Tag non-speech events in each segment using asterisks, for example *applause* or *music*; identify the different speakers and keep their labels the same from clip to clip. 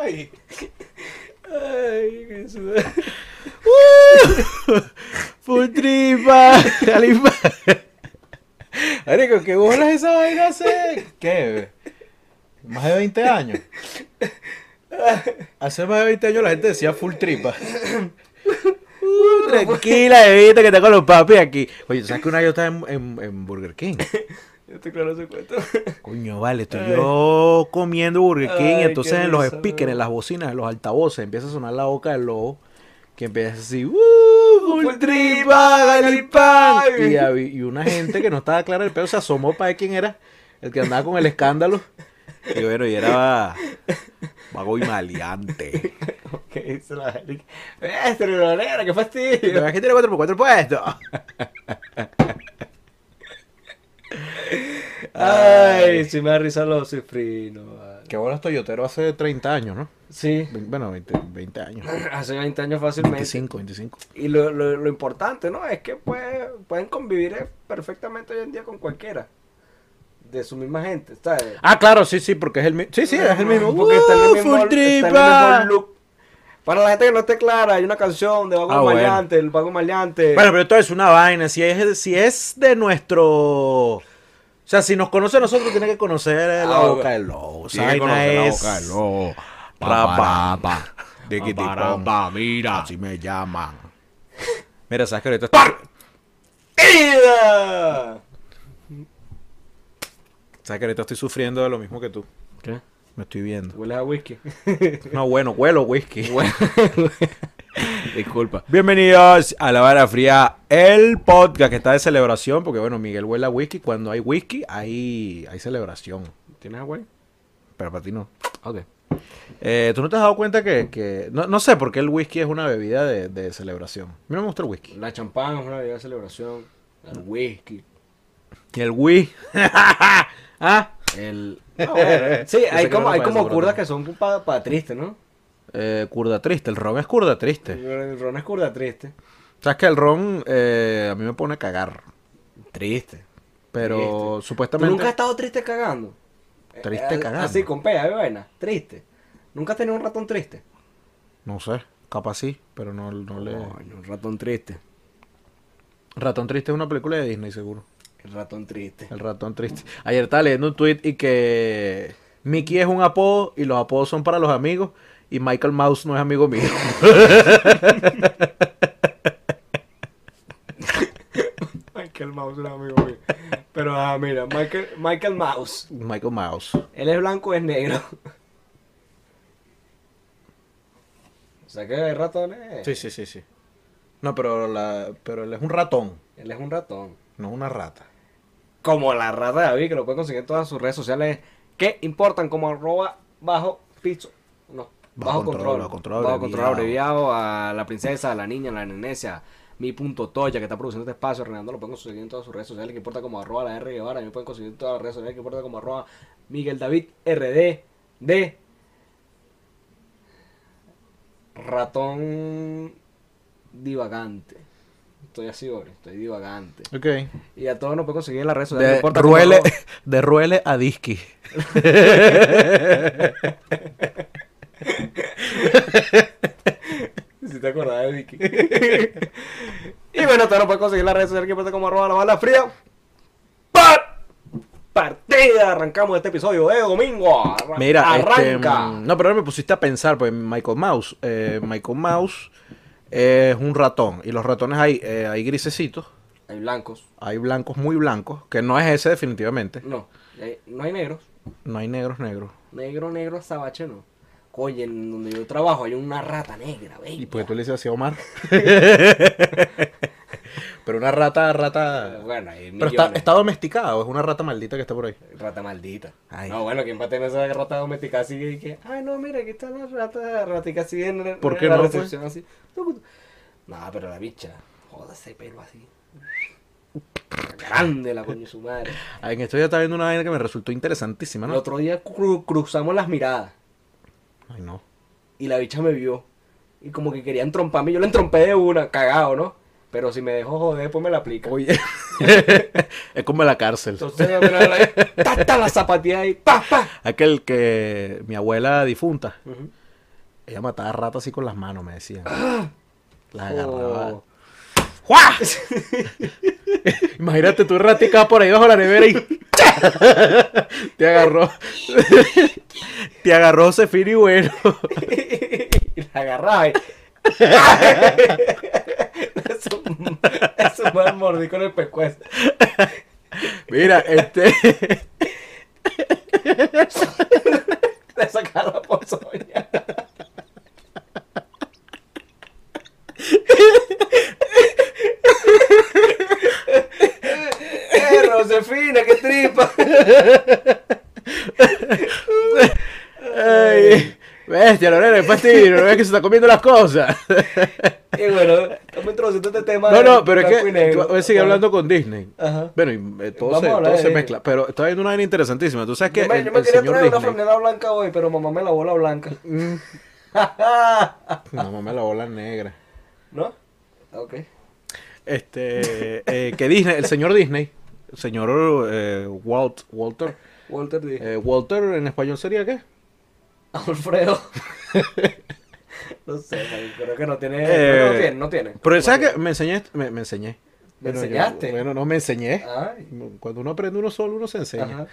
Speaker 1: Ay. Ay, Jesús.
Speaker 2: ¡Uh! Putripa. Jalipa.
Speaker 1: Marico, ¿qué bolas esa vaina hace? ¿Qué?
Speaker 2: Más de 20 años. Hace más de 20 años la gente decía full tripa. Uh, tranquila, bebita, que está con los papis aquí. Oye, ¿tú ¿sabes que una vez yo estaba en, en- en Burger King?
Speaker 1: Yo te claro ese cuento.
Speaker 2: Coño, vale, estoy
Speaker 1: Ay.
Speaker 2: yo comiendo Burger King
Speaker 1: Ay,
Speaker 2: y entonces
Speaker 1: qué
Speaker 2: en los
Speaker 1: risa,
Speaker 2: speakers,
Speaker 1: weón.
Speaker 2: en las bocinas, en los altavoces, empieza a sonar la boca del lobo. Que empieza así, ¡Uh!
Speaker 1: Full
Speaker 2: ¡Full
Speaker 1: tripa,
Speaker 2: tripa, galipán!
Speaker 1: galipán.
Speaker 2: Y, habí- y una gente que no estaba clara del pedo se asomó para ver quién era el que andaba con el escándalo. Y bueno, y era vago y *laughs* maleante.
Speaker 1: *laughs* Ok, se la verga. ¡Eh, cerebrolera, qué fastidio!
Speaker 2: Pero aquí tiene 4x4 puesto.
Speaker 1: Ay, sí me da risa los cifrinos. vale.
Speaker 2: Qué bueno es Toyotero hace 30 años, ¿no?
Speaker 1: Sí, *clears throat*
Speaker 2: Ve- Bueno, 20, 20 años.
Speaker 1: hace 20 años fácilmente.
Speaker 2: 25, 25.
Speaker 1: Y lo, lo, lo importante, ¿no? Es que pues, pueden convivir eh, perfectamente hoy en día con cualquiera. De su misma gente, ¿sabes?
Speaker 2: Ah, claro, sí, sí, porque es el mismo. Sí, sí, es el mismo.
Speaker 1: Porque está en el
Speaker 2: ¡Uh,
Speaker 1: mismo,
Speaker 2: full
Speaker 1: está en el mismo
Speaker 2: tripa!
Speaker 1: look. Para la gente que no esté clara, hay una canción de Vago
Speaker 2: Ah, bueno.
Speaker 1: Maleante, el Vago Maleante.
Speaker 2: Bueno, pero esto es una vaina. Si es, si es de nuestro. O sea, si nos conoce a nosotros, tiene que conocer la
Speaker 1: Ah,
Speaker 2: boca
Speaker 1: bueno.
Speaker 2: del lobo. Esa
Speaker 3: Tiene que
Speaker 2: vaina
Speaker 3: conocer la
Speaker 2: es-
Speaker 3: boca del lobo.
Speaker 2: Rapa.
Speaker 3: Rapa.
Speaker 2: Tiquitipón.
Speaker 3: Rapa, mira.
Speaker 2: Así me llaman. Mira, ¿sabes que ahorita
Speaker 1: ¡Ida!
Speaker 2: ¿Sabes que ahorita estoy sufriendo de lo mismo que tú?
Speaker 1: ¿Qué?
Speaker 2: Me estoy *laughs* viendo.
Speaker 1: Hueles a whisky.
Speaker 2: No, bueno, *laughs* huelo whisky.
Speaker 1: *laughs*
Speaker 3: Disculpa.
Speaker 2: Bienvenidos a La Vara Fría, el podcast que está de celebración, porque bueno, Miguel huele a whisky. Cuando hay whisky, hay, hay celebración.
Speaker 1: ¿Tienes agua ahí?
Speaker 2: Pero para ti no.
Speaker 1: Ok.
Speaker 2: Eh, ¿Tú no te has dado cuenta que... que- no, no sé por qué el whisky es una bebida de, de celebración. A mí no me gusta el whisky.
Speaker 1: La champán es una bebida de celebración. El whisky.
Speaker 2: Y el whisky... *laughs* ah,
Speaker 1: El... *laughs* Ah, bueno. Sí,
Speaker 2: Yo sé
Speaker 1: hay
Speaker 2: que no
Speaker 1: como,
Speaker 2: lo
Speaker 1: hay
Speaker 2: puedes
Speaker 1: como
Speaker 2: hacer,
Speaker 1: curdas
Speaker 2: pero
Speaker 1: que son para triste, ¿no?
Speaker 2: eh, curda triste. El ron es curda triste.
Speaker 1: El ron es curda triste.
Speaker 2: Sabes que el ron eh, a mí me pone a cagar.
Speaker 1: Triste.
Speaker 2: Pero
Speaker 1: ¿Tú
Speaker 2: supuestamente...
Speaker 1: nunca has estado triste cagando?
Speaker 2: Triste
Speaker 1: Eh,
Speaker 2: cagando.
Speaker 1: Así, con pea, de vaina. Triste. ¿Nunca has tenido un ratón triste?
Speaker 2: No sé. Capaz sí, pero no, no le...
Speaker 1: Coño, un ratón triste.
Speaker 2: Ratón triste es una película de Disney, seguro.
Speaker 1: El ratón triste.
Speaker 2: El ratón triste. Ayer estaba leyendo un tweet y que Mickey es un apodo y los apodos son para los amigos y Michael Mouse no es amigo mío. *laughs*
Speaker 1: Michael Mouse es un amigo mío. Pero ah, mira, Michael, Michael Mouse.
Speaker 2: Michael Mouse.
Speaker 1: Él es blanco, es negro. *laughs* O sea que hay ratones.
Speaker 2: Sí, sí, sí, sí. No, pero, la, pero él es un ratón,
Speaker 1: Él es un ratón.
Speaker 2: no una rata.
Speaker 1: Como la rata de David, que lo pueden conseguir en todas sus redes sociales. Que importan como arroba bajo piso. No, bajo,
Speaker 2: Bajo
Speaker 1: control.
Speaker 2: control, bajo control
Speaker 1: bajo control
Speaker 2: abreviado.
Speaker 1: abreviado a la princesa, a la niña, a la nenecia. Mi punto Toya, que está produciendo este espacio, Renando, lo pueden conseguir en todas sus redes sociales, que importa como arroba la R Guevara, a mí me pueden conseguir en todas las redes sociales, que importa como arroba Miguel David RD de Ratón Divagante. Estoy así hoy, estoy divagante.
Speaker 2: Ok.
Speaker 1: Y a todos nos pueden conseguir en las redes sociales. no
Speaker 2: De
Speaker 1: importa
Speaker 2: Ruele, *laughs*
Speaker 1: cómo-
Speaker 2: de Ruele a Disky.
Speaker 1: Si te acordás de Vicky. *laughs* y bueno, todos nos pueden conseguir en las redes sociales que importa como arroba la bala fría. ¡Par! Partida, arrancamos este episodio de domingo. Arra-
Speaker 2: Mira, este,
Speaker 1: arranca.
Speaker 2: mm, no, pero ahora me pusiste a pensar, pues Michael Mouse, eh, Michael Mouse es un ratón y los ratones hay, eh, hay grisecitos,
Speaker 1: Hay blancos.
Speaker 2: hay blancos muy blancos, que no es ese definitivamente,
Speaker 1: No, eh, no hay negros.
Speaker 2: no hay negros negros.
Speaker 1: Negro, negro, sabache no. Oye, en donde yo trabajo hay una rata negra,
Speaker 2: Y
Speaker 1: venga.
Speaker 2: pues tú le dices así a
Speaker 1: *laughs*
Speaker 2: Omar. pero una rata, rata...
Speaker 1: Bueno, hay
Speaker 2: Pero está,
Speaker 1: millones.
Speaker 2: está domesticada o es una rata maldita que está por ahí.
Speaker 1: Rata maldita.
Speaker 2: Ay.
Speaker 1: No, bueno, ¿quién va a tener esa rata doméstica así que, que, ay, no, mira, aquí está la rata ratica así en, en
Speaker 2: ¿Por qué
Speaker 1: la
Speaker 2: no, pues?
Speaker 1: recepción así? No, pero la bicha, joda ese pelo así. Grande la coño de su madre.
Speaker 2: Ah, En esto ya está viendo una vaina que me resultó interesantísima,
Speaker 1: El
Speaker 2: ¿no?
Speaker 1: otro día cru- cruzamos las miradas
Speaker 2: Ay, no. *laughs*
Speaker 1: y la bicha me vio. Y como que querían tromparme, yo la entrompé de una, cagado, ¿no? Pero si me dejó joder, después me la aplica.
Speaker 2: Oye, es como la cárcel.
Speaker 1: Entonces, me la, la, ta, ta, la zapatilla ahí, pa, pa.
Speaker 2: Aquel que mi abuela difunta
Speaker 1: Ujú.
Speaker 2: Ella mataba ratas así con las manos, me
Speaker 1: *gasps*
Speaker 2: decían. Las agarraba.
Speaker 1: Oh. *laughs*
Speaker 2: ¡Jua! Imagínate tú raticas por ahí bajo la nevera
Speaker 1: *laughs*
Speaker 2: y te agarró. *laughs* te agarró Cefiri bueno.
Speaker 1: y *laughs* la
Speaker 2: *laughs*
Speaker 1: agarraba y... eso, eso fue el mordisco en el pescuezo.
Speaker 2: Mira, este
Speaker 1: Le sacaba la ponzoña. ¡Eh, Josefina, qué tripa!
Speaker 2: *laughs* ay, bestia, Lorena, el fastidio, no ves que se está comiendo las
Speaker 1: *laughs*
Speaker 2: cosas.
Speaker 1: Y bueno, estamos introduciendo este tema.
Speaker 2: No,
Speaker 1: de
Speaker 2: no, pero es
Speaker 1: blanco y
Speaker 2: que
Speaker 1: negro.
Speaker 2: tú- hoy sigue hablando con Disney.
Speaker 1: Ajá.
Speaker 2: Bueno, y eh, todo,
Speaker 1: Vamos
Speaker 2: se,
Speaker 1: a
Speaker 2: todo
Speaker 1: hablar de
Speaker 2: se
Speaker 1: Disney.
Speaker 2: mezcla. Pero está viendo una vaina interesantísima. Tú sabes que
Speaker 1: yo me,
Speaker 2: el,
Speaker 1: yo me
Speaker 2: el
Speaker 1: quería
Speaker 2: señor
Speaker 1: traer una
Speaker 2: Disney.
Speaker 1: franela blanca hoy, pero mamá me la bola blanca.
Speaker 2: Mm,
Speaker 1: *laughs*
Speaker 2: No mames, la bola negra.
Speaker 1: ¿No? Ah, Ok.
Speaker 2: Este, eh, que Disney, el señor Disney, el señor eh, Walt, Walter,
Speaker 1: Walter dijo.
Speaker 2: eh, Walter en español sería qué? *laughs*
Speaker 1: Alfredo. no sé, marico, creo que no tiene.
Speaker 2: Eh,
Speaker 1: no tiene, no tiene.
Speaker 2: Pero
Speaker 1: No
Speaker 2: ¿sabes que
Speaker 1: tiene.
Speaker 2: me enseñé, me, me enseñé.
Speaker 1: ¿Me
Speaker 2: Bueno, yo-
Speaker 1: enseñaste?
Speaker 2: bueno, no me enseñé.
Speaker 1: Ay,
Speaker 2: Cuando uno aprende uno solo, uno se enseña.
Speaker 1: ajá.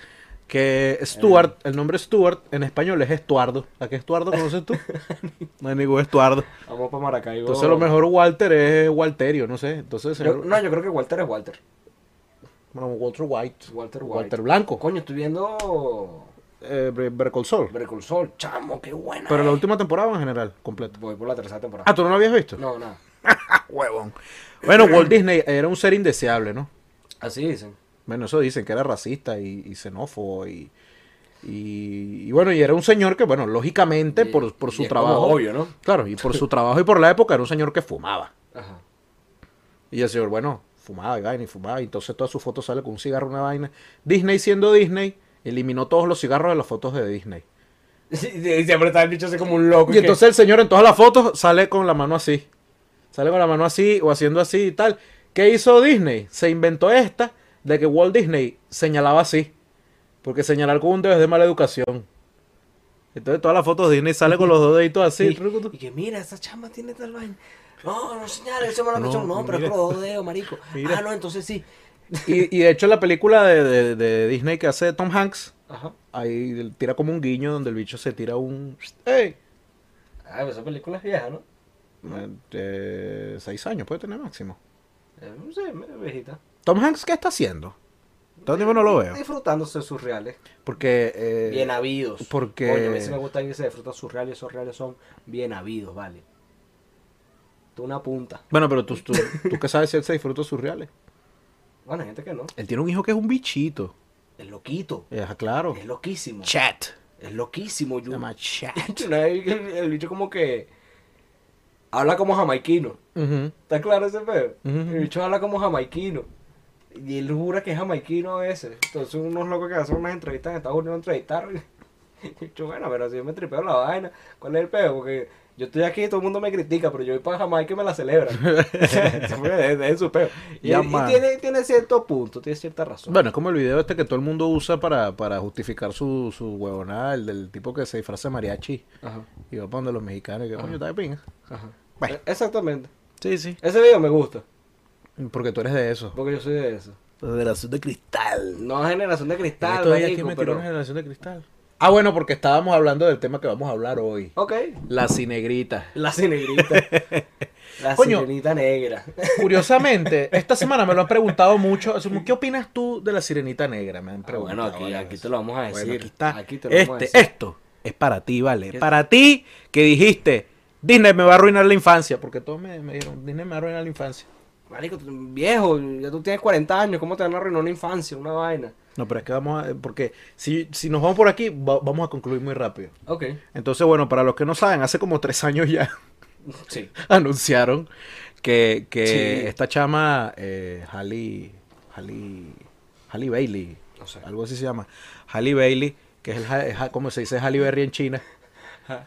Speaker 2: Que Stuart, el nombre Stuart en español es Estuardo. ¿A qué Estuardo
Speaker 1: *laughs*
Speaker 2: conoces tú? no hay ningún Estuardo.
Speaker 1: Vamos para Maracaibo.
Speaker 2: Entonces, a lo mejor Walter es Walterio, no sé. Entonces,
Speaker 1: Yo-
Speaker 2: señor,
Speaker 1: no, yo creo que Walter es Walter.
Speaker 2: bueno, Walter White.
Speaker 1: Walter White.
Speaker 2: Walter Blanco.
Speaker 1: Coño, estoy viendo.
Speaker 2: Eh, Bre- Brecolsol.
Speaker 1: Sol, chamo, qué buena.
Speaker 2: Pero
Speaker 1: es.
Speaker 2: la última temporada en general, completa.
Speaker 1: Voy por la tercera temporada.
Speaker 2: Ah, ¿tú no lo habías visto?
Speaker 1: No, nada.
Speaker 2: Huevón. Bueno, Walt Disney era un ser indeseable, ¿no?
Speaker 1: Así dicen.
Speaker 2: Bueno, eso dicen que era racista y, y xenófobo y, y, y bueno, y era un señor que, bueno, lógicamente
Speaker 1: Y-
Speaker 2: por, por
Speaker 1: y
Speaker 2: su
Speaker 1: es como
Speaker 2: trabajo,
Speaker 1: Obvio, ¿no?
Speaker 2: claro, y por su trabajo y por la época era un señor que fumaba.
Speaker 1: Ajá. *laughs*
Speaker 2: Y el señor, bueno, fumaba y vaina y fumaba, y entonces todas sus fotos sale con un cigarro, una vaina. Disney siendo Disney, eliminó todos los cigarros de las fotos de Disney.
Speaker 1: Y siempre está el bicho así como un loco.
Speaker 2: Y entonces el señor en todas las fotos sale con la mano así. Sale con la mano así o haciendo así y tal. ¿Qué hizo Disney? Se inventó esta de que Walt Disney señalaba así. Porque señalar con un dedo es de mala educación. Entonces todas las fotos de Disney sale con los dos deditos
Speaker 1: Sí,
Speaker 2: así.
Speaker 1: y que mira, esa chamba tiene tal vaina. No, no señales, eso me lo
Speaker 2: No,
Speaker 1: no, no, pero es
Speaker 2: mira.
Speaker 1: con los dos dedos, *laughs* marico.
Speaker 2: Mira.
Speaker 1: Ah, no, entonces sí.
Speaker 2: Y, y de hecho la película de, de- de Disney que hace Tom Hanks,
Speaker 1: Ajá.
Speaker 2: ahí tira como un guiño donde el bicho se tira un... ¡Ey!
Speaker 1: Ah, pero esa película es vieja, ¿no?
Speaker 2: Eh, seis años puede tener máximo.
Speaker 1: Eh, No sé, medio viejita.
Speaker 2: Tom Hanks, ¿qué está haciendo? Todo el tiempo no lo veo.
Speaker 1: Disfrutándose sus reales.
Speaker 2: Porque... eh,
Speaker 1: bien ah. habidos.
Speaker 2: porque-
Speaker 1: Coño, a mí sí me gusta que se disfrutan sus reales. Esos reales son bien habidos, vale. Tú una punta.
Speaker 2: Bueno, pero tú, tú, tú qué sabes si él se disfruta sus reales.
Speaker 1: Bueno, hay gente que no.
Speaker 2: Él tiene un hijo que es un bichito.
Speaker 1: Es loquito.
Speaker 2: Ajá, claro.
Speaker 1: Es loquísimo.
Speaker 2: Chat.
Speaker 1: Es loquísimo,
Speaker 2: Se
Speaker 1: yo.
Speaker 2: llama Chat.
Speaker 1: *laughs* Una vez el, el bicho como que habla como jamaiquino.
Speaker 2: Ujú.
Speaker 1: ¿Está claro ese pedo?
Speaker 2: Ujú.
Speaker 1: El bicho habla como jamaiquino. Y él jura que es jamaiquino ese. Entonces unos locos que hacen unas entrevistas en Estados Unidos lo entrevistaron. *laughs* Y el bicho, bueno, pero si yo me tripeo la vaina, ¿cuál es el pedo? Porque yo estoy aquí y todo el mundo me critica, pero yo voy para Jamaica y me
Speaker 2: *laughs*
Speaker 1: la celebran. Se fue de- de su peo. Y,
Speaker 2: Ya,
Speaker 1: y
Speaker 2: man.
Speaker 1: tiene, tiene cierto punto, tiene cierta razón.
Speaker 2: Bueno, es como el video este que todo el mundo usa para, para justificar su, su huevonada, el del tipo que se disfraza de mariachi
Speaker 1: Ajá,
Speaker 2: y va para donde los mexicanos y que,
Speaker 1: Ajá.
Speaker 2: coño, está de pinga.
Speaker 1: ajá.
Speaker 2: Bueno.
Speaker 1: Eh, Exactamente.
Speaker 2: Sí, sí.
Speaker 1: Ese video me gusta,
Speaker 2: Porque tú eres de eso.
Speaker 1: porque yo soy de eso.
Speaker 2: Generación de cristal.
Speaker 1: No generación de cristal,
Speaker 2: Todavía aquí
Speaker 1: marico,
Speaker 2: me tiró
Speaker 1: pero...
Speaker 2: una generación de cristal. Ah, bueno, porque estábamos hablando del tema que vamos a hablar hoy.
Speaker 1: Ok.
Speaker 2: La cinegrita.
Speaker 1: La sirenita. *laughs* la
Speaker 2: Coño.
Speaker 1: sirenita negra.
Speaker 2: Curiosamente,
Speaker 1: *laughs*
Speaker 2: esta semana me lo han preguntado mucho. así como, ¿Qué opinas tú de la sirenita negra? Me han
Speaker 1: Pero
Speaker 2: preguntado.
Speaker 1: Ah, bueno, aquí,
Speaker 2: varias
Speaker 1: aquí
Speaker 2: veces.
Speaker 1: te lo vamos a
Speaker 2: Bueno,
Speaker 1: decir.
Speaker 2: aquí está.
Speaker 1: Aquí te lo vamos a
Speaker 2: este,
Speaker 1: decir.
Speaker 2: esto es para ti, vale.
Speaker 1: ¿Qué?
Speaker 2: Para ti que dijiste, Disney me va a arruinar la infancia. Porque todos me, me dijeron, Disney me va a arruinar la infancia.
Speaker 1: Marico, tú- viejo, ya tú tienes 40 años, ¿cómo te van a arruinar una infancia, una vaina?
Speaker 2: No, pero es que vamos a. Porque si, si nos vamos por aquí, va- vamos a concluir muy rápido.
Speaker 1: Ok.
Speaker 2: Entonces, bueno, para los que no saben, hace como tres años ya *laughs*
Speaker 1: Sí.
Speaker 2: anunciaron que, que
Speaker 1: Sí.
Speaker 2: esta chama, eh, Halle, Halle, Halle Bailey.
Speaker 1: No sé.
Speaker 2: algo así se llama, Halle Bailey, que es, el, ha- es ha- como se dice Halle Berry en China.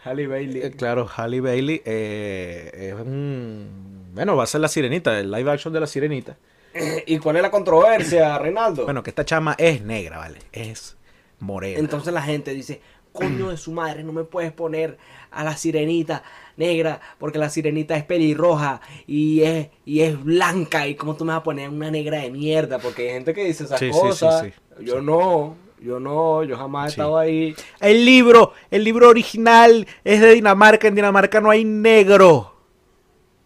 Speaker 1: Halle Bailey.
Speaker 2: Eh, claro, Halle Bailey eh, es un... Bueno, va a ser la sirenita, el live action de la sirenita.
Speaker 1: Eh, ¿Y cuál es la controversia, Reinaldo?
Speaker 2: Bueno, que esta chama es negra, ¿vale? Es morena.
Speaker 1: Entonces la gente dice, coño de su madre, no me puedes poner a la sirenita negra porque la sirenita es pelirroja y es, y es blanca y cómo tú me vas a poner una negra de mierda porque hay gente que dice esas
Speaker 2: Sí, sí, sí,
Speaker 1: cosas.
Speaker 2: sí.
Speaker 1: Yo no, yo no, yo jamás he
Speaker 2: Sí.
Speaker 1: estado ahí.
Speaker 2: El libro, el libro original es de Dinamarca. En Dinamarca no hay negro.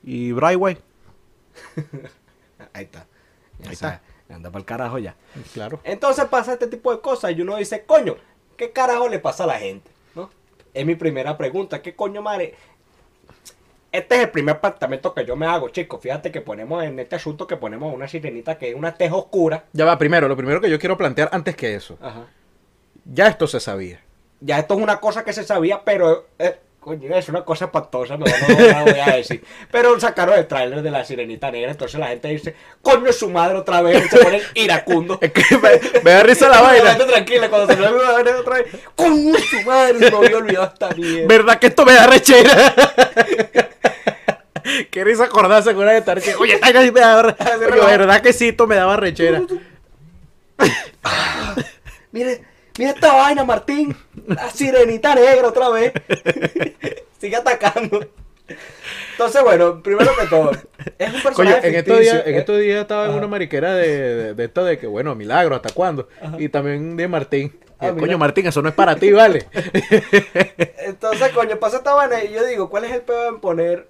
Speaker 2: Y Braithwaite.
Speaker 1: Ahí está. Ya
Speaker 2: Ahí
Speaker 1: sabes, Anda para el carajo ya.
Speaker 2: Claro.
Speaker 1: Entonces pasa este tipo de cosas y uno dice, coño, ¿qué carajo le pasa a la gente? ¿No? Es mi primera pregunta, ¿qué coño madre? Este es el primer apartamento que yo me hago, chicos. Fíjate que ponemos en este asunto que ponemos una sirenita que es una teja oscura.
Speaker 2: Ya va, primero, lo primero que yo quiero plantear antes que eso.
Speaker 1: Ajá.
Speaker 2: Ya esto se sabía.
Speaker 1: Ya esto es una cosa que se sabía, pero... eh, coño, es una cosa espantosa, no, no la voy a
Speaker 2: *laughs*
Speaker 1: decir. Pero sacaron el tráiler de la sirenita negra, entonces la gente dice, coño su madre otra vez, y se
Speaker 2: *laughs*
Speaker 1: ponen iracundo.
Speaker 2: Es que me, me da risa la
Speaker 1: La
Speaker 2: vaina.
Speaker 1: gente tranquila, cuando se vuelve a ver otra vez, ¡coño su madre! Se me había olvidado esta
Speaker 2: *laughs*
Speaker 1: mierda.
Speaker 2: ¿Verdad que esto me da rechera? Qué risa acordarse con una de estar que, Oye, esta vaina sí me da re-
Speaker 1: Hace
Speaker 2: Oye,
Speaker 1: rato.
Speaker 2: ¿verdad que sí? Esto me daba rechera.
Speaker 1: Mire, mira esta vaina, Martín. La sirenita negra otra vez. *laughs* Sigue atacando. Entonces, bueno, primero que todo, es un personaje
Speaker 2: Coño, en estos
Speaker 1: ficticio,
Speaker 2: días, en
Speaker 1: ¿eh?
Speaker 2: estos días estaba en
Speaker 1: Ajá.
Speaker 2: una mariquera de, de, de esto de que, bueno, milagro, ¿hasta cuándo?
Speaker 1: Ajá.
Speaker 2: Y también de Martín.
Speaker 1: Ah,
Speaker 2: Y,
Speaker 1: mira.
Speaker 2: Coño, Martín, eso no es para ti, ¿vale?
Speaker 1: Eh, Entonces, coño, pasa esta vaina y yo digo, ¿cuál es el peor en poner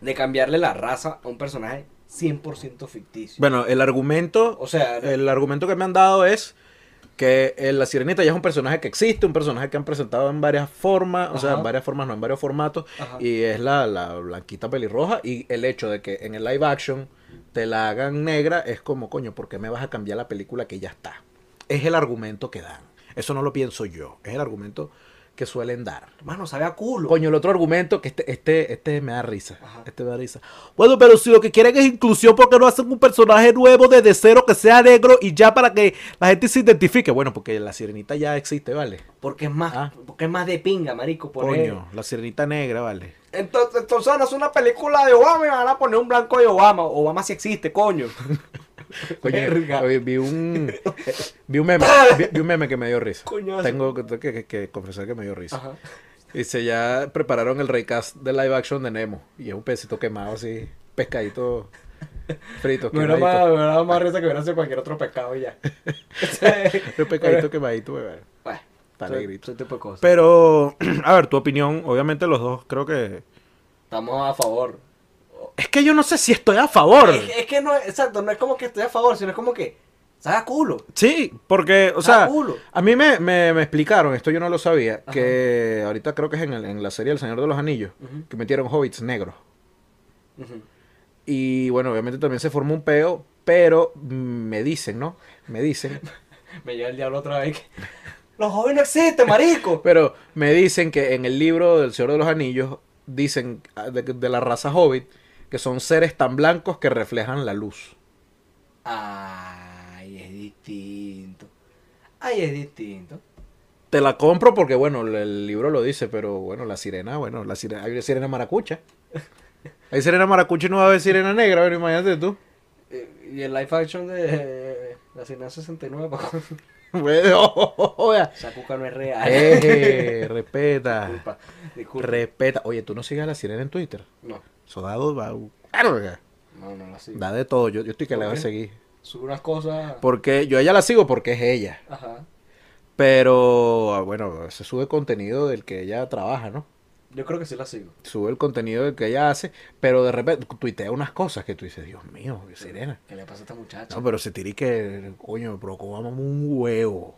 Speaker 1: de cambiarle la raza a un personaje 100% ficticio?
Speaker 2: bueno, el argumento
Speaker 1: O sea,
Speaker 2: el argumento que me han dado es que eh, la sirenita ya es un personaje que existe, un personaje que han presentado en varias formas, o sea,
Speaker 1: Ajá.
Speaker 2: en varias formas, no en varios formatos,
Speaker 1: Ajá.
Speaker 2: y es la, la blanquita pelirroja, y el hecho de que en el live action te la hagan negra es como, coño, ¿por qué me vas a cambiar la película que ya está? Es el argumento que dan, eso no lo pienso yo, es el argumento que suelen dar.
Speaker 1: hermano, sabe a culo.
Speaker 2: Coño, el otro argumento que este, este, este me da risa.
Speaker 1: Ajá.
Speaker 2: Este me da risa. Bueno, pero si lo que quieren es inclusión, ¿por qué no hacen un personaje nuevo desde cero que sea negro y ya para que la gente se identifique? Bueno, porque la sirenita ya existe, ¿vale?
Speaker 1: Porque es más,
Speaker 2: Ah.
Speaker 1: porque es más de pinga, marico. poner-
Speaker 2: Coño, la sirenita negra,
Speaker 1: *laughs*
Speaker 2: ¿vale?
Speaker 1: Entonces, entonces van a hacer una película de Obama y van a poner un blanco de Obama. Obama sí existe, coño. Verga.
Speaker 2: Coño, vi, vi
Speaker 1: *laughs*
Speaker 2: un, eh, vi, un meme, vi, vi un meme que me dio risa.
Speaker 1: Coñazo.
Speaker 2: Tengo que, que- que- que confesar que me dio risa.
Speaker 1: *laughs* Ajá.
Speaker 2: Dice, ya prepararon el recast de live action de Nemo. Y es un pedacito quemado así, pescadito
Speaker 1: *laughs*
Speaker 2: frito.
Speaker 1: Me hubiera
Speaker 2: quemadito.
Speaker 1: más, me hubiera dado más risa que hubiera sido cualquier otro
Speaker 2: *laughs*
Speaker 1: pescado y ya.
Speaker 2: Ese pescadito quemadito, bebé.
Speaker 1: Bueno,
Speaker 2: Está
Speaker 1: ese-
Speaker 2: negrito.
Speaker 1: ese tipo de cosas.
Speaker 2: Pero, *clears throat* a ver, tu opinión, obviamente los dos, creo que...
Speaker 1: Estamos a favor.
Speaker 2: Es que yo no sé si estoy a favor.
Speaker 1: Es, es que no es, exacto, no es como que estoy a favor, sino es como que, sabe a culo.
Speaker 2: Sí, porque, o
Speaker 1: Ah,
Speaker 2: sea,
Speaker 1: culo.
Speaker 2: a mí me, me- me explicaron, esto yo no lo sabía, que ahorita creo que es en, el- en la serie El Señor de los Anillos,
Speaker 1: Ujú.
Speaker 2: que metieron hobbits negros.
Speaker 1: Ujú.
Speaker 2: Y bueno, obviamente también se formó un peo, pero mm, me dicen, ¿no? Me *laughs* dicen.
Speaker 1: Me lleva el diablo otra vez. *laughs* que, Los jóvenes no existen, marico.
Speaker 2: Pero me dicen que en el libro del Señor de los Anillos dicen ah, de, de la raza hobbit que son seres tan blancos que reflejan la luz.
Speaker 1: Ay, es distinto. Ay, es distinto.
Speaker 2: Te la compro porque, bueno, el- el libro lo dice, pero bueno, la sirena, bueno, la sirena, hay una sirena maracucha. Hay sirena maracucha y no va a haber sirena negra, bueno, imagínate tú. *laughs*
Speaker 1: Eh, Y el live action de eh, la Sirena 69, *laughs* pa-
Speaker 2: Bueno, *laughs* joda.
Speaker 1: Esa cuca no es real.
Speaker 2: Eh. Eje, respeta,
Speaker 1: *laughs* Disculpa, disculpa.
Speaker 2: respeta. Oye, tú no sigas a la sirena en Twitter.
Speaker 1: No,
Speaker 2: Sodado va. verga,
Speaker 1: no, no la sigo.
Speaker 2: Da de todo, yo, yo estoy que la voy a
Speaker 1: Ok.
Speaker 2: seguir.
Speaker 1: Subo unas cosas.
Speaker 2: Porque yo a ella la sigo porque es ella.
Speaker 1: Ajá.
Speaker 2: Pero, ah, bueno, se sube contenido del que ella trabaja, ¿no?
Speaker 1: Yo creo que sí la sigo.
Speaker 2: Sube el contenido del que ella hace, pero de repente tuitea unas cosas que tú dices, Dios mío, sirena.
Speaker 1: ¿Qué le pasa a esta muchacha?
Speaker 2: No, pero se tirí que, coño, pero comamos un huevo.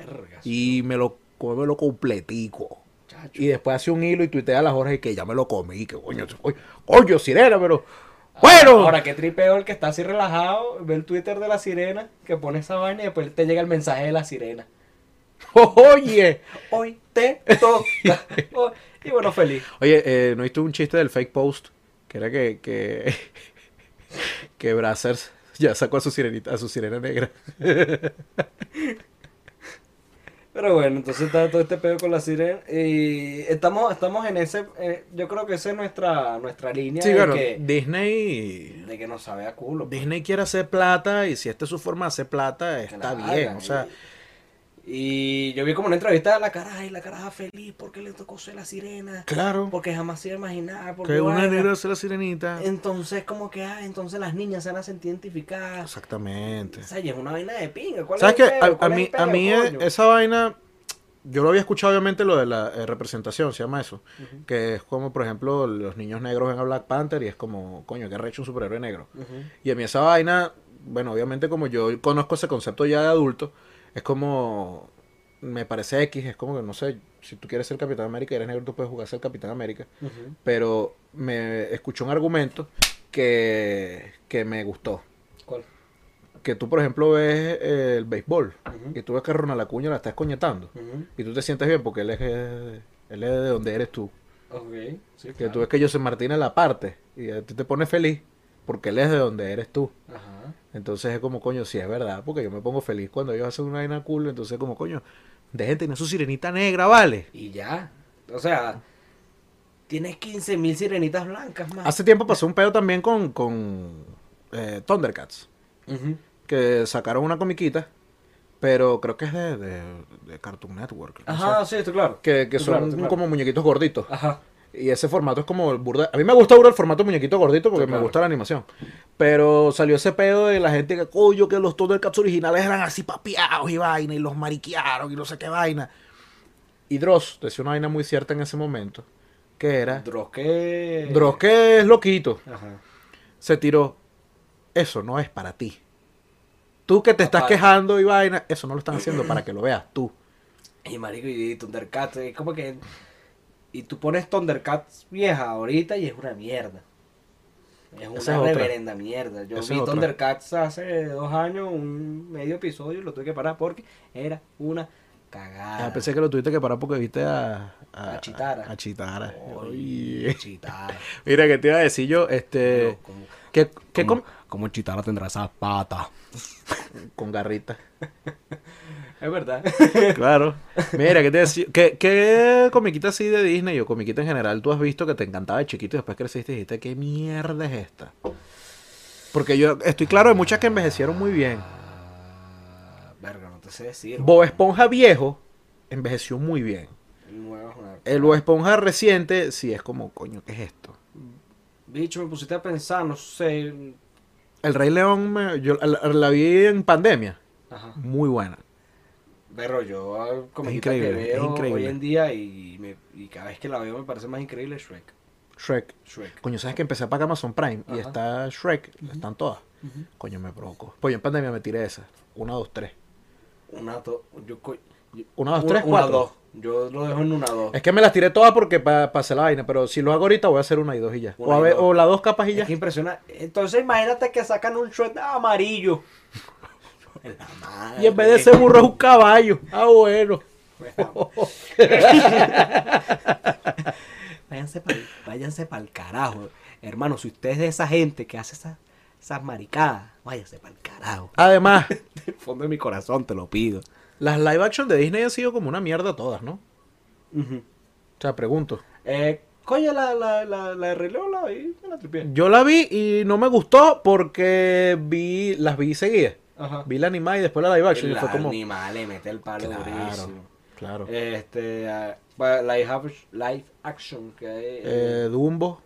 Speaker 1: Vergas,
Speaker 2: Y me lo come lo completico.
Speaker 1: muchacho.
Speaker 2: Y después hace un hilo y tuitea a las horas y que ya me lo comí, que coño, coño, coño, sirena, pero... Bueno, *laughs*
Speaker 1: Ahora, qué tripeo el que está así relajado, ve el Twitter de la sirena, que pone esa vaina y después te llega el mensaje de la sirena.
Speaker 2: oye.
Speaker 1: Hoy te
Speaker 2: *laughs*
Speaker 1: toca. Hoy- y bueno, feliz.
Speaker 2: Oye, eh, ¿no viste un chiste del fake post? Que era que. que, *laughs* que Brazzers ya sacó a su sirenita, a su sirena negra.
Speaker 1: Pero bueno, entonces está todo este pedo con la sirena. Y estamos, estamos en ese. eh, yo creo que esa es nuestra, nuestra línea
Speaker 2: Sí,
Speaker 1: de,
Speaker 2: claro.
Speaker 1: que,
Speaker 2: Disney.
Speaker 1: de que nos sabe a culo. pues.
Speaker 2: Disney quiere hacer plata y si esta es su forma de hacer plata,
Speaker 1: Que
Speaker 2: está
Speaker 1: la
Speaker 2: bien.
Speaker 1: hagan,
Speaker 2: O sea,
Speaker 1: y- Y yo vi como una entrevista de la caraja y la caraja feliz porque le tocó ser la sirena.
Speaker 2: Claro.
Speaker 1: Porque jamás se iba a imaginar. Porque
Speaker 2: Que una
Speaker 1: vaina.
Speaker 2: negra sea la sirenita.
Speaker 1: Entonces, como que, ah, entonces las niñas se van a sentir identificadas.
Speaker 2: Exactamente.
Speaker 1: O sea, y es una vaina de pinga. ¿Cuál
Speaker 2: ¿Sabes
Speaker 1: es
Speaker 2: qué?
Speaker 1: el pedo?
Speaker 2: A, a
Speaker 1: ¿Cuál es
Speaker 2: mí,
Speaker 1: el
Speaker 2: a
Speaker 1: pedo,
Speaker 2: mí
Speaker 1: coño?
Speaker 2: e- esa vaina, yo lo había escuchado obviamente lo de la eh, representación, se llama eso.
Speaker 1: Ujú.
Speaker 2: Que es como, por ejemplo, los niños negros ven a Black Panther y es como, coño, qué recho un superhéroe negro.
Speaker 1: Ujú.
Speaker 2: Y a mí esa vaina, bueno, obviamente como yo conozco ese concepto ya de adulto, es como, me parece X, es como que, no sé, si tú quieres ser Capitán América y eres negro, tú puedes jugar a ser Capitán América.
Speaker 1: Ujú.
Speaker 2: Pero me escuché un argumento que, que me gustó.
Speaker 1: ¿Cuál?
Speaker 2: Que tú, por ejemplo, ves eh, el béisbol
Speaker 1: Ujú.
Speaker 2: y tú ves que Ronald Acuña la está escoñetando.
Speaker 1: Ujú.
Speaker 2: Y tú te sientes bien porque él es, eh, él es de donde eres tú.
Speaker 1: Ok, sí,
Speaker 2: Que
Speaker 1: claro.
Speaker 2: tú ves que José Martínez la parte y a ti te pones feliz porque él es de donde eres tú.
Speaker 1: Ajá.
Speaker 2: Entonces es como, coño, si es verdad, porque yo me pongo feliz cuando ellos hacen una vaina cool. Entonces, como, coño, dejen tener su sirenita negra, ¿vale?
Speaker 1: Y ya. O sea, tienes 15.000 sirenitas blancas más.
Speaker 2: Hace tiempo pasó un pedo también con, con eh, Thundercats.
Speaker 1: Ujú.
Speaker 2: que sacaron una comiquita, pero creo que es de, de- de Cartoon Network. no
Speaker 1: Ajá,
Speaker 2: sé.
Speaker 1: sí, esto claro.
Speaker 2: Que, que
Speaker 1: Tú
Speaker 2: son
Speaker 1: claro, tú claro.
Speaker 2: como muñequitos gorditos.
Speaker 1: Ajá.
Speaker 2: Y ese formato es como el burda. A mí me gusta ahora el formato muñequito gordito porque
Speaker 1: Sí, claro.
Speaker 2: me gusta la animación. Pero salió ese pedo de la gente que, coño, que los Thundercats originales eran así papiados y vaina, y los mariquearon y no sé qué vaina. Y Dross decía una vaina muy cierta en ese momento, que era,
Speaker 1: Dross que.
Speaker 2: Dross que es loquito,
Speaker 1: Ajá.
Speaker 2: se tiró. Eso no es para ti. Tú que te estás
Speaker 1: Aparte.
Speaker 2: quejando y vaina, eso no lo están haciendo para que lo veas tú.
Speaker 1: Y marico, y Thundercats, es como que. Y tú pones Thundercats vieja ahorita y es una mierda. Es una
Speaker 2: Esa es otra.
Speaker 1: reverenda mierda. Yo
Speaker 2: Esa
Speaker 1: vi
Speaker 2: es otra.
Speaker 1: Thundercats hace dos años, un medio episodio, y lo tuve que parar porque era una cagada.
Speaker 2: Ah, pensé que lo tuviste que parar porque viste a...
Speaker 1: A Chitara.
Speaker 2: A Chitara.
Speaker 1: Oye, Chitara.
Speaker 2: *laughs* Mira, que te iba a decir yo, este...
Speaker 1: Pero como-
Speaker 2: ¿Qué, qué
Speaker 1: como-
Speaker 2: com-
Speaker 1: como Chitara tendrá esas patas?
Speaker 2: Con garrita.
Speaker 1: Es verdad.
Speaker 2: *laughs* Claro. Mira, ¿qué te iba a decir? ¿Qué, *laughs* qué comiquita así de Disney o comiquita en general tú has visto que te encantaba de chiquito y después creciste y dijiste, ¿qué mierda es esta? Porque yo estoy claro de muchas que envejecieron muy bien.
Speaker 1: Ah, verga, no te sé decir.
Speaker 2: Bob
Speaker 1: weón.
Speaker 2: Esponja viejo envejeció muy bien.
Speaker 1: El nuevo Eh, es una-
Speaker 2: El Bob Esponja reciente, sí es como, coño, ¿qué es esto?
Speaker 1: Bicho, me pusiste a pensar, no sé.
Speaker 2: El Rey León, me- yo la, la vi en pandemia,
Speaker 1: Ajá.
Speaker 2: muy buena.
Speaker 1: Pero yo ah, como que
Speaker 2: increíble, es
Speaker 1: veo hoy
Speaker 2: increíble.
Speaker 1: en día y, me- y cada vez que la veo me parece más increíble Shrek.
Speaker 2: Shrek.
Speaker 1: Shrek.
Speaker 2: Coño, ¿sabes que empecé a pagar Amazon Prime? Y
Speaker 1: Ajá.
Speaker 2: está Shrek, están todas. Coño, me provocó. Pues yo en pandemia me tiré esa. Una, dos, tres.
Speaker 1: Una, dos, yo, co- yo-
Speaker 2: Una, dos,
Speaker 1: un-
Speaker 2: tres,
Speaker 1: una,
Speaker 2: cuatro.
Speaker 1: dos. Yo lo dejo en una, dos.
Speaker 2: Es que me las tiré todas porque para pasé la vaina, pero si lo hago ahorita voy a hacer una y dos y ya. O,
Speaker 1: Una
Speaker 2: a
Speaker 1: y
Speaker 2: ver-
Speaker 1: dos.
Speaker 2: o la dos capas y ya.
Speaker 1: Es que impresiona. Entonces imagínate que sacan un Shrek amarillo. *laughs* La madre.
Speaker 2: Y en vez de ese burro es un caballo. Ah, bueno.
Speaker 1: *laughs* Váyanse para váyanse el carajo. Hermano, si usted es de esa gente que hace esas esas maricadas, váyanse para el carajo.
Speaker 2: Además,
Speaker 1: *laughs* Del fondo de mi corazón te lo pido.
Speaker 2: las live action de Disney han sido como una mierda todas, ¿no? O sea, pregunto.
Speaker 1: Eh, coño, la, la, la, la de Rey León la vi, me la tripié.
Speaker 2: Yo la vi y no me gustó porque vi las vi seguidas.
Speaker 1: Ajá.
Speaker 2: Vi la animada y después la live action. y
Speaker 1: la
Speaker 2: fue como.
Speaker 1: animal le mete el palo
Speaker 2: Claro,
Speaker 1: durísimo.
Speaker 2: claro.
Speaker 1: Este, ah, bueno, live, act- live action que hay. eh,
Speaker 2: Eh, Dumbo,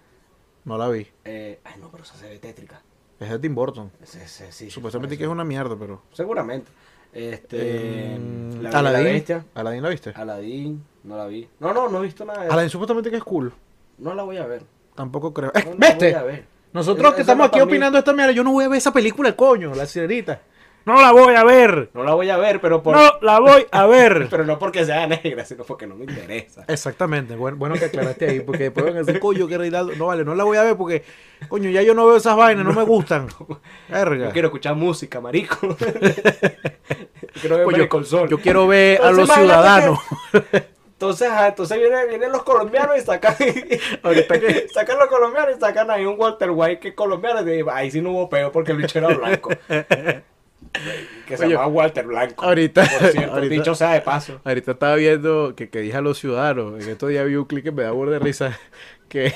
Speaker 2: no la vi.
Speaker 1: eh, ay, no, pero esa se ve tétrica.
Speaker 2: Es de Tim Burton.
Speaker 1: Ese- ese sí,
Speaker 2: Supuestamente
Speaker 1: parece.
Speaker 2: que es una mierda, pero.
Speaker 1: Seguramente. Este,
Speaker 2: Mm,
Speaker 1: la, Bella y la
Speaker 2: Aladdin.
Speaker 1: bestia. Ah,
Speaker 2: Aladdin la viste.
Speaker 1: Aladdin, no la vi. No, no, no he visto nada de
Speaker 2: Aladdin supuestamente que es cool.
Speaker 1: No la voy a ver.
Speaker 2: Tampoco creo.
Speaker 1: No
Speaker 2: ¡Eh!
Speaker 1: la voy a
Speaker 2: ¡Viste!
Speaker 1: ver.
Speaker 2: Nosotros
Speaker 1: Esa-
Speaker 2: que
Speaker 1: esa
Speaker 2: estamos
Speaker 1: no
Speaker 2: aquí
Speaker 1: pa' mí.
Speaker 2: opinando esta mierda, yo no voy a ver esa película, el coño, la sirenita. No la voy a ver.
Speaker 1: No la voy a ver, pero por...
Speaker 2: No la voy a ver.
Speaker 1: *laughs* Pero no porque sea negra, sino porque no me interesa.
Speaker 2: Exactamente, bueno, bueno que aclaraste ahí, porque después van a decir, coño, qué reirado. No vale, no la voy a ver porque, coño, ya yo no veo esas vainas, no, me
Speaker 1: *laughs*
Speaker 2: gustan. Verga.
Speaker 1: Yo quiero escuchar
Speaker 2: *laughs*
Speaker 1: música, marico. yo quiero ver
Speaker 2: Coño,
Speaker 1: Better Call Saul.
Speaker 2: Pues yo quiero ver a
Speaker 1: Entonces,
Speaker 2: los
Speaker 1: imagínate
Speaker 2: ciudadanos.
Speaker 1: Entonces, ajá, entonces vienen, vienen los colombianos y sacan. *laughs*
Speaker 2: Ahorita que-
Speaker 1: sacan los colombianos y sacan ahí un Walter White que es colombiano. Y ahí sí no hubo peo porque el bicho era
Speaker 2: *laughs*
Speaker 1: blanco. que se
Speaker 2: Oye,
Speaker 1: llamaba Walter Blanco.
Speaker 2: ahorita-
Speaker 1: Por cierto,
Speaker 2: ahorita-
Speaker 1: dicho sea de paso.
Speaker 2: *laughs* Ahorita estaba viendo que, que dije a los ciudadanos, en estos días vi un clic que me da burda de risa, *laughs* que,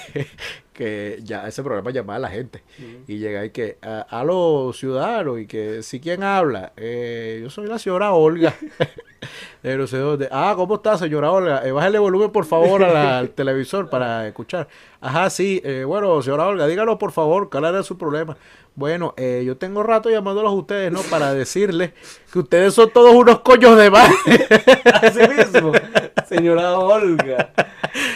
Speaker 2: que ya ese programa llamaba a la gente. Y llega y que, a, a los ciudadanos, y que, si quién habla? Eh, yo soy la señora Olga. *laughs* de no sé dónde. Ah, ¿cómo está, señora Olga? Eh, bájale volumen, por favor, a la- al televisor para escuchar. Ajá, sí. eh, bueno, señora Olga, dígalo, por favor, cuál era su problema. Bueno, eh, yo tengo rato llamándolos a ustedes, ¿no? Para decirles que ustedes son todos unos coños de madre.
Speaker 1: Así mismo, señora Olga.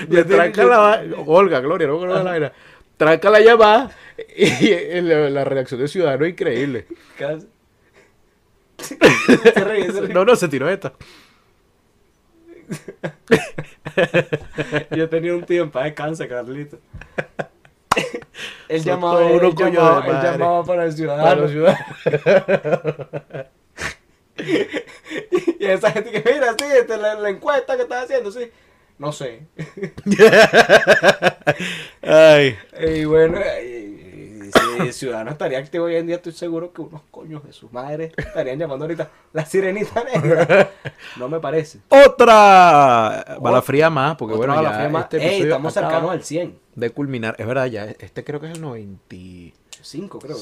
Speaker 2: Le tranca la va- Olga, Gloria, no me acuerdo de la vaina. Tranca la llamada y, y la, la reacción de Ciudadano es increíble.
Speaker 1: Casi. se ríe, se ríe.
Speaker 2: No, no, se tiró esta.
Speaker 1: Yo tenía un tío en paz
Speaker 2: *laughs*
Speaker 1: descanse, Carlito. Él
Speaker 2: Son
Speaker 1: llamaba,
Speaker 2: todos
Speaker 1: él,
Speaker 2: unos coños de
Speaker 1: llamaba, él
Speaker 2: madre.
Speaker 1: llamaba para el
Speaker 2: Para
Speaker 1: ciudadano.
Speaker 2: los ciudadanos.
Speaker 1: *laughs* y esa gente que mira, sí, esta es la, la encuesta que estás haciendo, sí. No sé. *laughs*
Speaker 2: Ay.
Speaker 1: Y bueno, eh, si el ciudadano estaría activo hoy en día, estoy seguro que unos coños de sus madres estarían llamando ahorita la
Speaker 2: *laughs*
Speaker 1: sirenita negra. No me parece.
Speaker 2: Otra balafría más, porque
Speaker 1: Otra
Speaker 2: bueno, ya
Speaker 1: balafría más.
Speaker 2: este
Speaker 1: Ey,
Speaker 2: episodio
Speaker 1: estamos
Speaker 2: acaba
Speaker 1: cercanos al 100.
Speaker 2: de culminar. Es verdad, ya este creo que es el 95,
Speaker 1: 5, creo.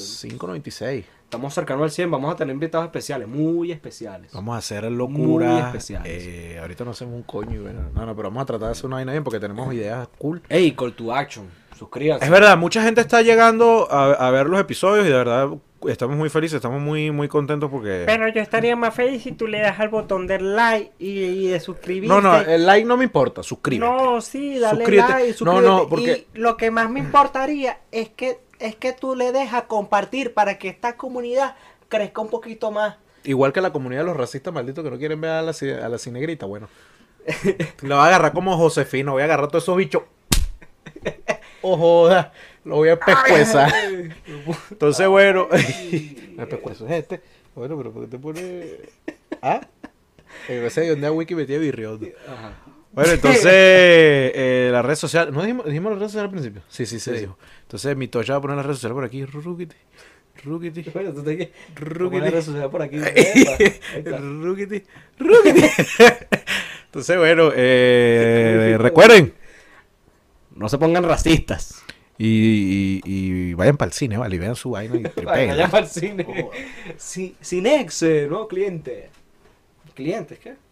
Speaker 2: 96.
Speaker 1: Estamos cercanos al 100. Vamos a tener invitados especiales, muy especiales.
Speaker 2: Vamos a hacer locura.
Speaker 1: especiales.
Speaker 2: Eh, ahorita no hacemos un coño. y bueno, No, no, pero vamos a tratar de hacer una vaina bien porque tenemos ideas cool.
Speaker 1: Ey, call to action. Suscríbanse.
Speaker 2: Es verdad, mucha gente está llegando a, a ver los episodios y de verdad estamos muy felices, estamos muy muy contentos porque...
Speaker 3: Pero yo estaría más feliz si tú le das al botón de like y, y de suscribirte.
Speaker 2: no, eh, no, el like no me importa, suscríbete.
Speaker 3: No, sí, dale
Speaker 2: Suscríbete.
Speaker 3: like,
Speaker 2: No,
Speaker 3: suscríbete.
Speaker 2: no, porque-
Speaker 3: Y lo que más me importaría es que, es que tú le dejas compartir para que esta comunidad crezca un poquito más.
Speaker 2: Igual que la comunidad de los racistas malditos que no quieren ver a la, ci- a la cinegrita, bueno. lo voy a agarrar como Josefino, voy a agarrar todos esos bichos. Oh, joda, lo voy a pescuezar. *laughs* Entonces, bueno. *laughs* el pescuezo es este. Bueno, pero ¿por qué te pone.? ¿Ah? Eh, No sé de dónde a Wiki metía birriondo.
Speaker 1: Ajá. *laughs*
Speaker 2: Bueno, entonces, eh, la red social. ¿No dijimos, dijimos la red social al principio? Sí, sí, se
Speaker 1: Sí.
Speaker 2: dijo. Entonces, mi tocha va a poner la red social por aquí. Rukiti. Rukiti.
Speaker 1: Bueno, tú te
Speaker 2: Rukiti. *laughs*
Speaker 1: Poner resucitar *laughs* por aquí. Epa, ahí está.
Speaker 2: Rukiti, rukiti. *laughs* Entonces, bueno, eh, recuerden.
Speaker 1: No se pongan racistas.
Speaker 2: Y, y- y vayan para el cine, ¿vale? Y vean su vaina
Speaker 1: *laughs*
Speaker 2: y
Speaker 1: Vayan
Speaker 2: tripeen.
Speaker 1: allá para el cine. Sí, Cinex, eh, nuevo cliente. ¿Clientes qué?